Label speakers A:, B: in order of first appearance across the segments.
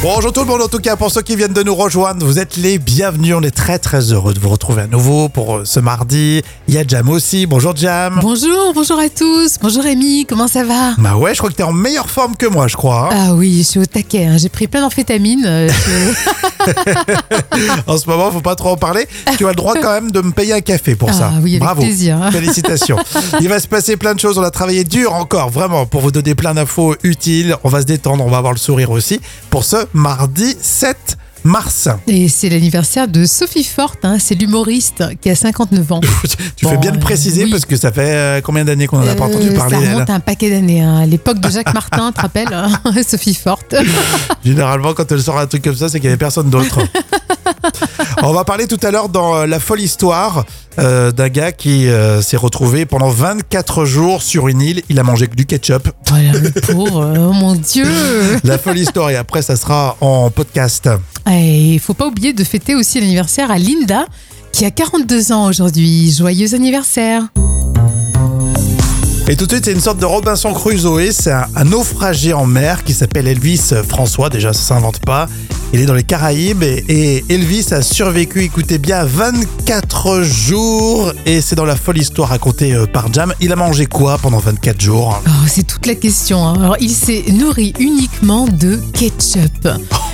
A: Bonjour tout le monde, en tout cas pour ceux qui viennent de nous rejoindre, vous êtes les bienvenus, on est très très heureux de vous retrouver à nouveau pour euh, ce mardi. Il y a Jam aussi, bonjour Jam.
B: Bonjour, bonjour à tous. Bonjour Rémi, comment ça va
A: Bah ouais, je crois que t'es en meilleure forme que moi, je crois. hein.
B: Ah oui, je suis au taquet. hein. J'ai pris plein d'amphétamines. euh, je- Ah.
A: En ce moment, faut pas trop en parler. Tu as le droit quand même de me payer un café pour ça.
B: ah oui, avec
A: Bravo.
B: plaisir.
A: Félicitations. Il va se passer plein de choses. On a travaillé dur encore, vraiment, pour vous donner plein d'infos utiles. On va se détendre, on va avoir le sourire aussi pour ce mardi 7 mars.
B: Et c'est l'anniversaire de Sophie Forte, hein, c'est l'humoriste qui a 59 ans.
A: Tu fais
B: Bon,
A: bien de
B: euh,
A: préciser
B: oui.
A: parce que ça fait euh, combien d'années qu'on n'en a pas entendu
B: Euh,
A: parler
B: ça
A: d'elle
B: remonte à un paquet d'années, hein, à l'époque de Jacques Martin, tu te rappelles hein, Sophie Forte. Oh
A: Généralement, quand elle sort un truc comme ça, c'est qu'il n'y avait personne d'autre. On va parler tout à l'heure dans euh, la folle histoire euh, d'un gars qui euh, s'est retrouvé pendant 24 jours sur une île. Il a mangé que du ketchup.
B: Voilà, le pauvre, euh, oh mon Dieu
A: La folle histoire. Et après, ça sera en podcast.
B: Et il faut pas oublier de fêter aussi l'anniversaire à Linda, qui a 42 ans aujourd'hui. Joyeux anniversaire
A: Et tout de suite, c'est une sorte de Robinson Crusoe. C'est un, un naufragé en mer qui s'appelle Elvis François. Déjà, ça s'invente pas. Il est dans les Caraïbes et, et Elvis a survécu, écoutez bien, 24 jours. Et c'est dans la folle histoire racontée euh, par Jam. Il a mangé quoi pendant 24 jours
B: Oh, c'est toute la question. hein. Alors, il s'est nourri uniquement de ketchup.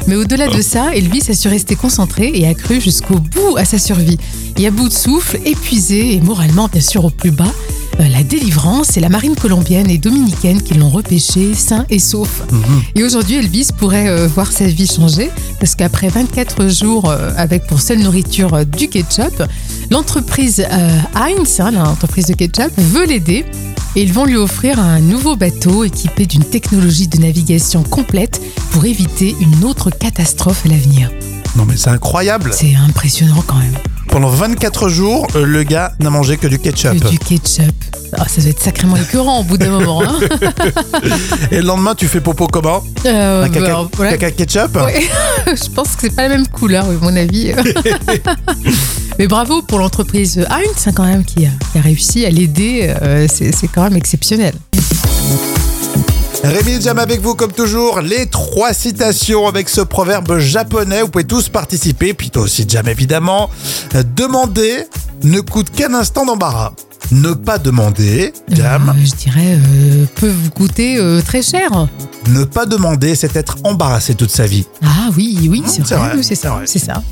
B: Mais au-delà de ça, Elvis a su rester concentré et a cru jusqu'au bout à sa survie. Et à bout de souffle, épuisé et moralement bien sûr au plus bas, euh, la délivrance et la marine colombienne et dominicaine qui l'ont repêché sain et sauf. Et aujourd'hui, Elvis pourrait euh, voir sa vie changer parce qu'après 24 jours euh, avec pour seule nourriture euh, du ketchup, l'entreprise euh, Heinz, hein, l'entreprise de ketchup, veut l'aider. Et ils vont lui offrir un nouveau bateau équipé d'une technologie de navigation complète pour éviter une autre catastrophe à l'avenir.
A: Non, mais c'est incroyable.
B: C'est impressionnant quand même.
A: Pendant 24 jours, euh, le gars n'a mangé que du ketchup.
B: Que du ketchup. Ah, ça doit être sacrément écœurant au bout d'un moment. hein.
A: Et le lendemain, tu fais popo comment
B: Euh,
A: Un caca,
B: bah, voilà.
A: caca ketchup
B: Ouais. Je pense que c'est pas la même couleur, à mon avis. Mais bravo pour l'entreprise Heinz, hein, quand même, qui a, qui a réussi à l'aider. euh, c'est c'est quand même exceptionnel.
A: Rémi et Jam avec vous comme toujours, les trois citations avec ce proverbe japonais, vous pouvez tous participer, puis toi aussi Jam évidemment. Euh, Demander ne coûte qu'un instant d'embarras. Ne pas demander, Jam,
B: Euh, je dirais, euh, peut vous coûter euh, très cher.
A: ne pas demander, c'est être embarrassé toute sa vie.
B: Ah oui, oui, c'est
A: c'est
B: vrai,
A: vrai,
B: oui, c'est
A: c'est
B: ça,
A: vrai.
B: c'est ça.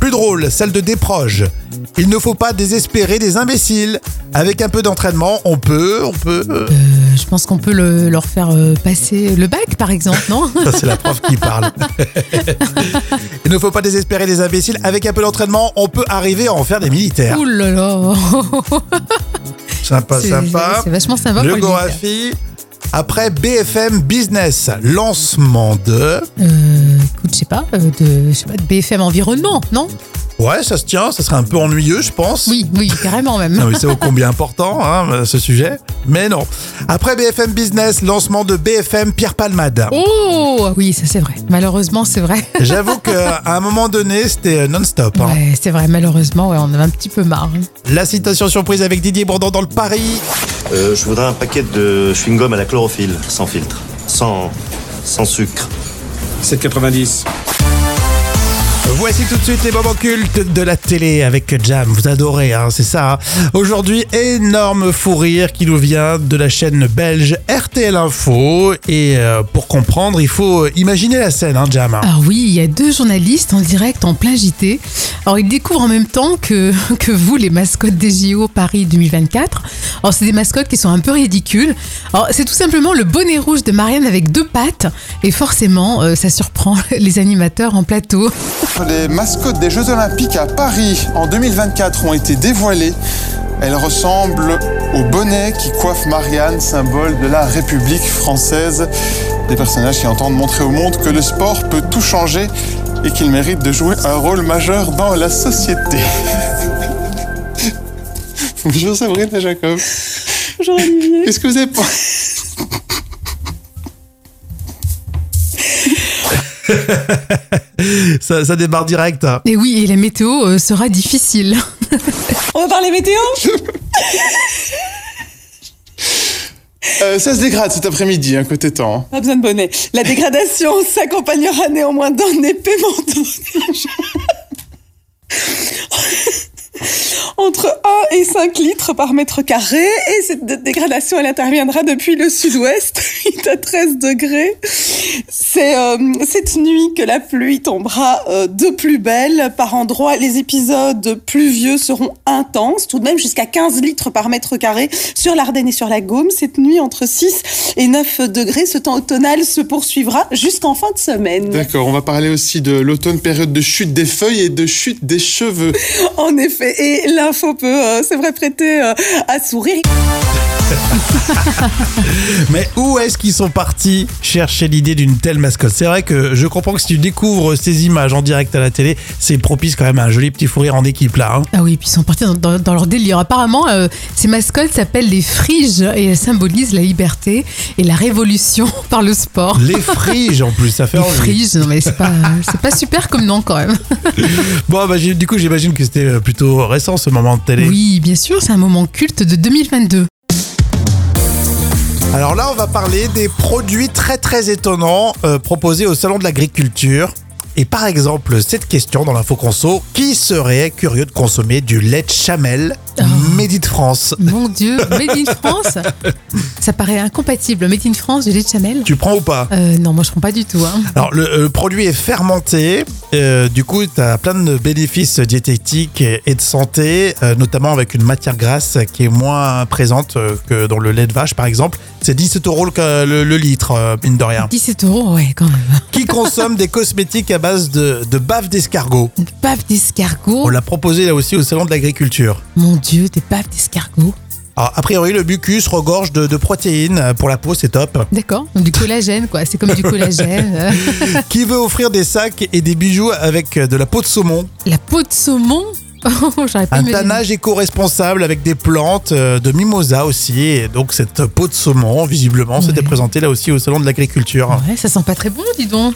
A: Plus drôle, celle de Desproges. Il ne faut pas désespérer des imbéciles. Avec un peu d'entraînement, on peut, on peut... euh,
B: Euh, je pense qu'on peut le- leur faire euh, passer le bac, par exemple, non
A: Ça, c'est la prof qui parle. Il ne faut pas désespérer des imbéciles. Avec un peu d'entraînement, on peut arriver à en faire des militaires.
B: Ouh là là
A: Sympa,
B: C'est-
A: sympa.
B: C'est vachement sympa.
A: Le
B: pour militaire.
A: Gorafi. Après BFM Business, lancement de.
B: Euh, écoute, je sais pas, euh, de, je sais pas, de BFM Environnement, non
A: Ouais, ça se tient, ça serait un peu ennuyeux, je pense.
B: Oui, oui, carrément même.
A: Non, mais c'est ô combien important, hein, ce sujet. Mais non. Après BFM Business, lancement de BFM Pierre Palmade.
B: Oh oui, ça c'est vrai. Malheureusement, c'est vrai.
A: J'avoue qu'à un moment donné, c'était non-stop. hein.
B: Ouais, c'est vrai, malheureusement, ouais, on en a un petit peu marre.
A: La citation surprise avec Didier Bourdon dans le Paris.
C: Euh, je voudrais un paquet de chewing-gum à la chlorophylle, sans filtre, sans, sans sucre.
D: 7,90.
A: Voici tout de suite les moments cultes de la télé avec Jam. Vous adorez, hein, c'est ça. hein. Aujourd'hui, énorme fou rire qui nous vient de la chaîne belge RTL Info. Et euh, pour comprendre, il faut imaginer la scène, hein, Jam. hein.
B: Alors oui, il y a deux journalistes en direct en plein JT. Alors ils découvrent en même temps que, que vous les mascottes des JO Paris 2024. Alors c'est des mascottes qui sont un peu ridicules. Alors c'est tout simplement le bonnet rouge de Marianne avec deux pattes. Et forcément, euh, ça surprend les animateurs en plateau.
E: Les mascottes des Jeux Olympiques à Paris en 2024 ont été dévoilées. Elles ressemblent au bonnet qui coiffe Marianne, symbole de la République française. Des personnages qui entendent montrer au monde que le sport peut tout changer et qu'il mérite de jouer un rôle majeur dans la société. Bonjour Sabrina Jacob.
F: Bonjour Olivier.
E: Qu'est-ce que vous avez pensé
A: Ça, ça démarre direct. hein.
B: Et oui, et la météo euh, sera difficile.
F: On va parler météo
E: Euh, ça se dégrade cet après-midi, hein, côté temps.
F: Pas besoin de bonnet. La dégradation s'accompagnera néanmoins d'un épais ventousage. Entre 1 et 5 litres par mètre carré. Et cette dé- dégradation, elle interviendra depuis le sud-ouest. Il est à 13 degrés. C'est euh, cette nuit que la pluie tombera euh, de plus belle. Par endroits, les épisodes pluvieux seront intenses, tout de même jusqu'à 15 litres par mètre carré sur l'Ardenne et sur la Gaume. Cette nuit, entre 6 et 9 degrés, ce temps automnal se poursuivra jusqu'en fin de semaine.
E: D'accord, on va parler aussi de l'automne, période de chute des feuilles et de chute des cheveux.
F: En effet, et l'info peut, euh, c'est vrai, prêter euh, à sourire.
A: Mais où est-ce qu'ils sont partis chercher l'idée d'une telle mascotte C'est vrai que je comprends que si tu découvres ces images en direct à la télé, c'est propice quand même à un joli petit fou rire en équipe là. hein.
B: Ah oui, puis ils sont partis dans, dans- dans leur délire. Apparemment, euh, ces mascottes s'appellent les friges et elles symbolisent la liberté et la révolution par le sport.
A: Les friges en plus, ça fait
B: Les
A: envie.
B: friges, non mais c'est pas, c'est pas super comme nom quand même.
A: Bon, bah, j'ai- du coup, j'imagine que c'était euh, plutôt récent ce moment de télé.
B: Oui, bien sûr, c'est un moment culte de 2022.
A: Alors là, on va parler des produits très très étonnants euh, proposés au salon de l'agriculture. Et par exemple, cette question dans l'info conso qui serait curieux de consommer du lait de chamel
B: Oh.
A: médit de France
B: Mon Dieu, Made in France Ça paraît incompatible. Made in France, du lait de Chamel
A: Tu prends ou pas
B: Euh, Non, moi je prends pas du tout. hein.
A: Alors, le, euh, le produit est fermenté. euh, du coup, tu as plein de bénéfices diététiques et, et de santé, euh, notamment avec une matière grasse qui est moins présente euh, que dans le lait de vache, par exemple. C'est 17 euros le, ca- le- le litre, euh, mine de rien.
B: 17 euros, ouais, quand même.
A: Qui consomme des cosmétiques à base de, de bave d'escargot.
B: Une bave
A: On
B: d'escargot.
A: l'a proposé Oh là aussi au salon de l'agriculture.
B: Mon Dieu, des baves d'escargot.
A: Alors, a priori, le mucus regorge de, de protéines. Euh, Pour la peau, c'est top.
B: D'accord, du collagène, quoi. C'est comme du collagène.
A: Qui veut offrir des sacs et des bijoux avec euh, de la peau de saumon
B: La peau de saumon Oh, J'aurais pas
A: Un
B: imaginé.
A: tannage éco-responsable avec des plantes, euh, de mimosa aussi. Et donc, cette peau de saumon, visiblement, c'était
B: Ouais.
A: présentée là aussi au Salon de l'Agriculture.
B: Ouais, ça sent pas très bon, dis donc.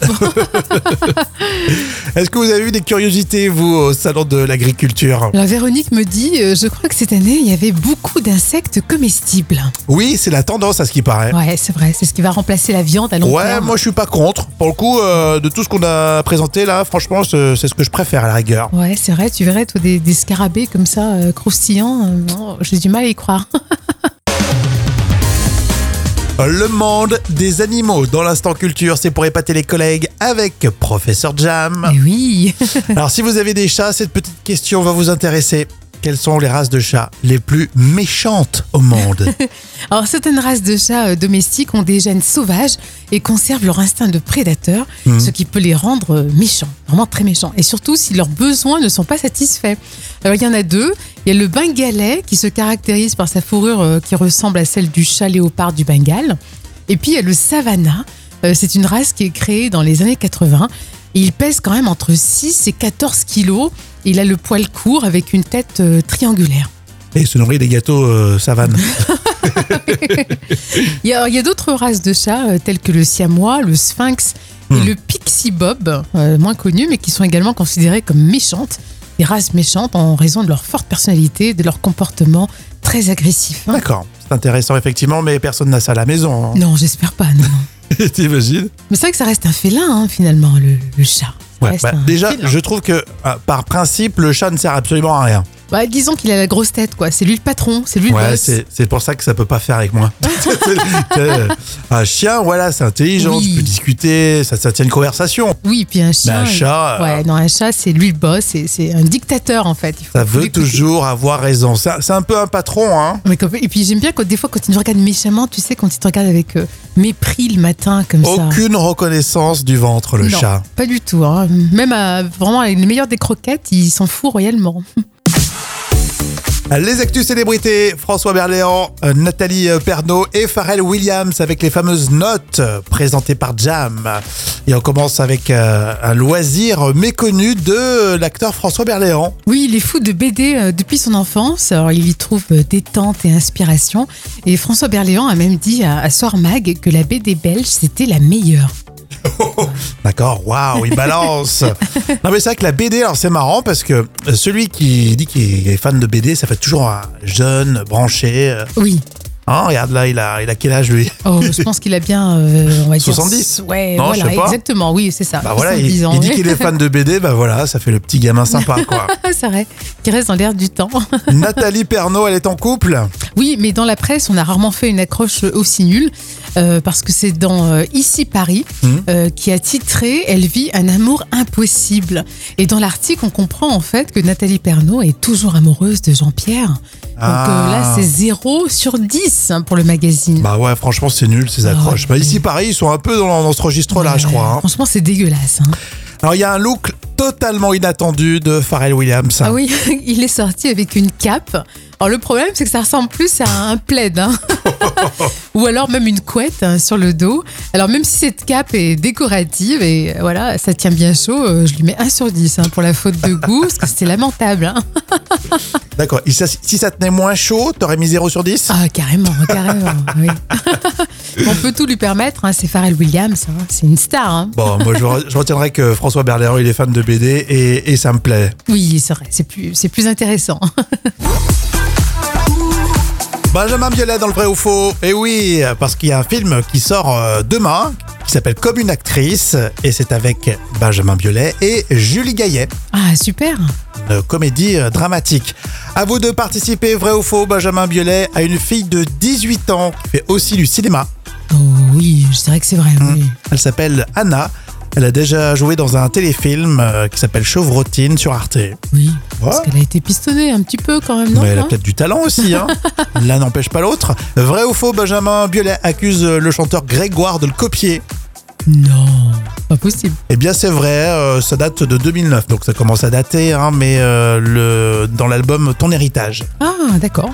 A: Est-ce que vous avez eu des curiosités, vous, au Salon de l'Agriculture
B: Alors Véronique me dit, euh, je crois que cette année, il y avait beaucoup d'insectes comestibles.
A: Oui, c'est la tendance à ce qui paraît.
B: Ouais, c'est vrai, c'est ce qui va remplacer la viande à long
A: Ouais,
B: terme.
A: moi je suis pas contre. Pour le coup, euh, de tout ce qu'on a présenté là, franchement, c'est c'est ce que je préfère à la rigueur.
B: Ouais, c'est vrai, tu verrais, toi, des, des scarabées comme ça, euh, croustillants. euh, non, J'ai du mal à y croire.
A: Le monde des animaux dans l'instant culture, c'est pour épater les collègues avec Professeur Jam.
B: Mais oui
A: Alors si vous avez des chats, cette petite question va vous intéresser. Quelles sont les races de chats les plus méchantes au monde
B: Alors, certaines races de chats euh, domestiques ont des gènes sauvages et conservent leur instinct de prédateur, ce qui peut les rendre euh, méchants, vraiment très méchants. Et surtout si leurs besoins ne sont pas satisfaits. Alors, il y en a deux. Il y a le bengalais qui se caractérise par sa fourrure euh, qui ressemble à celle du chat léopard du Bengale. Et puis, il y a le savannah. Euh, C'est une race qui est créée dans les années 80. Et il pèse quand même entre 6 et 14 kilos. Il a le poil court avec une tête euh, triangulaire.
A: Et se nourrit des gâteaux euh, savane.
B: Il y a, il y a d'autres races de chats, euh, telles que le siamois, le sphinx et
A: Hmm.
B: le pixie bob, euh, moins connus, mais qui sont également considérées comme méchantes, des races méchantes en raison de leur forte personnalité, de leur comportement très agressif. hein.
A: D'accord, c'est intéressant effectivement, mais personne n'a ça à la maison. hein.
B: Non, j'espère pas. non, non.
A: T'imagines
B: Mais c'est vrai que ça reste un félin, hein, finalement, le, le chat. Ça
A: Ouais,
B: reste
A: bah,
B: un
A: Déjà,
B: félin.
A: je trouve que euh, par principe, le chat ne sert absolument à rien.
B: Bah, disons qu'il a la grosse tête, quoi. C'est lui le patron, c'est lui le
A: Ouais,
B: boss.
A: c'est c'est pour ça que ça peut pas faire avec moi. Euh, un chien, voilà, c'est intelligent,
B: Oui.
A: tu peux discuter, ça, ça tient une conversation.
B: Oui, puis un
A: Mais
B: chien.
A: Ben, un
B: il-
A: chat, euh,
B: Ouais, non, un chat, c'est lui le boss, c'est- c'est un dictateur, en fait. Il faut
A: ça veut
B: l'écouter.
A: toujours avoir raison. C'est un- c'est un peu un patron, hein
B: Mais quand- et puis j'aime bien quand des fois quand ils nous regardent méchamment, tu sais, quand ils te regardent avec euh, mépris le matin comme ça.
A: Aucune reconnaissance du ventre, le
B: Non,
A: chat.
B: Pas du tout. hein. Même à, vraiment les meilleurs des croquettes, ils s'en fout royalement.
A: Les actus célébrités, François Berléand, euh, Nathalie Pernaud et Pharrell Williams avec les fameuses notes euh, présentées par Jam. Et on commence avec euh, un loisir méconnu de euh, l'acteur François Berléand.
B: Oui, il est fou de BD euh, depuis son enfance. Alors, il y trouve euh, détente et inspiration. Et François Berléand a même dit à, à Soir Mag que la BD belge, c'était la meilleure.
A: D'accord, waouh, il balance. non mais c'est vrai que la BD, alors c'est marrant parce que euh, celui qui dit qu'il est fan de BD, ça fait toujours un jeune, branché, euh,
B: Oui.
A: Hein, regarde là, il a, il a quel âge lui
B: Oh, je pense qu'il a bien, euh, on va dire.
A: 70.
B: Ouais,
A: Non,
B: voilà,
A: je sais pas.
B: exactement, oui, c'est ça.
A: Bah voilà, il,
B: 70 ans,
A: il dit
B: ouais.
A: qu'il est fan de BD, bah voilà, ça fait le petit gamin sympa quoi.
B: Ah, c'est vrai, qui reste dans l'air du temps.
A: Nathalie Pernaud, elle est en couple
B: Oui, mais dans la presse, on a rarement fait une accroche aussi nulle, euh, parce que c'est dans euh, Ici Paris
A: Mhm.
B: euh, qui a titré Elle vit un amour impossible. Et dans l'article, on comprend en fait que Nathalie Pernaud est toujours amoureuse de Jean-Pierre. Donc
A: Ah.
B: euh, là, c'est 0 sur 10 hein, pour le magazine.
A: Bah ouais, franchement, c'est nul ces accroches. Bah ici, pareil, ils sont un peu dans, dans ce registre-là, je
B: Ah, Ouais,
A: crois. hein.
B: Franchement, c'est dégueulasse. hein.
A: Alors, il y a un look totalement inattendu de Pharrell Williams.
B: Ah oui, il est sorti avec une cape. Alors le problème, c'est que ça ressemble plus à un plaid. hein. Ou alors même une couette hein, sur le dos. Alors même si cette cape est décorative et euh, voilà, ça tient bien chaud, euh, je lui mets 1 sur 10 hein, pour la faute de goût, parce que c'était lamentable. hein.
A: D'accord. Et ça- Si ça tenait moins chaud, t'aurais mis 0 sur 10
B: Ah carrément, carrément. oui. On peut tout lui permettre, hein, c'est Pharrell Williams, hein, c'est une star. hein.
A: Bon, moi, je, re- je retiendrai que François Berléand, il est fan de BD et, et ça me plaît.
B: Oui, c'est vrai, c'est plus, c'est plus intéressant.
A: Benjamin Biolay dans le vrai ou faux. Et oui, parce qu'il y a un film qui sort euh, demain qui s'appelle Comme une actrice et c'est avec Benjamin Biolay et Julie Gaillet.
B: Ah super.
A: une comédie euh, dramatique. À vous de participer, vrai ou faux, Benjamin Biolay a une fille de 18 ans qui fait aussi du cinéma.
B: Oh oui, je dirais que c'est vrai. oui.
A: Elle s'appelle Anna. Elle a déjà joué dans un téléfilm euh, qui s'appelle Chevrotine sur Arte.
B: Oui,
A: Ouais.
B: parce qu'elle a été pistonnée un petit peu quand même, non
A: Mais elle a
B: hein
A: peut-être du talent aussi, hein. L'un n'empêche pas l'autre. Vrai ou faux, Benjamin Biolay accuse euh, le chanteur Grégoire de le copier.
B: Non, pas possible.
A: Eh bien, c'est vrai, euh, ça date de 2009, donc ça commence à dater, hein, mais euh, le, dans l'album Ton héritage.
B: Ah, d'accord.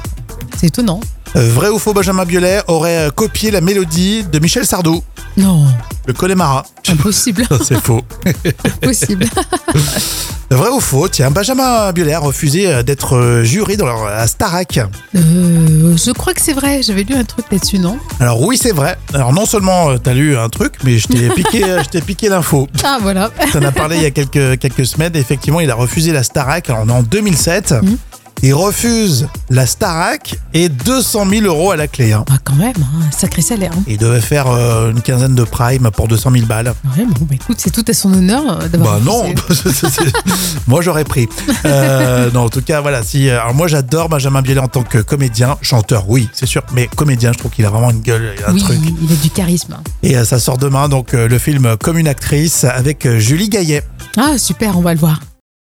B: C'est étonnant.
A: Euh, Vrai ou faux, Benjamin Biolay aurait euh, copié la mélodie de Michel Sardou.
B: Non,
A: Le Connemara.
B: impossible,
A: Non, C'est faux.
B: impossible.
A: Vrai ou faux Tiens, Benjamin Biolay a refusé euh, d'être euh, juré dans leur, à Starac.
B: Euh, je crois que c'est vrai. J'avais lu un truc là-dessus, non
A: Alors oui, c'est vrai. Alors non seulement euh, t'as lu un truc, mais je t'ai piqué, euh, je t'ai piqué l'info.
B: Ah, voilà.
A: T'en as parlé il y a quelques, quelques semaines. Effectivement, il a refusé la Starac. Alors on est en 2007.
B: Mmh.
A: Il refuse la Starac et 200 000 euros à la clé. hein.
B: Ah, quand même, hein, un sacré salaire. hein.
A: Il devait faire euh, une quinzaine de primes pour 200 000 balles.
B: Ouais, bon, bah, écoute, c'est tout à son honneur euh,
A: Bah
B: d'avoir.
A: non, moi j'aurais pris. Euh, non, en tout cas, voilà. Si, euh, alors moi j'adore Benjamin Biolay en tant que comédien, chanteur, oui, c'est sûr, mais comédien, je trouve qu'il a vraiment une gueule, un
B: Oui,
A: truc.
B: il a du charisme. hein.
A: Et euh, ça sort demain, donc euh, le film Comme une actrice avec euh, Julie Gaillet.
B: Ah, super, on va le voir.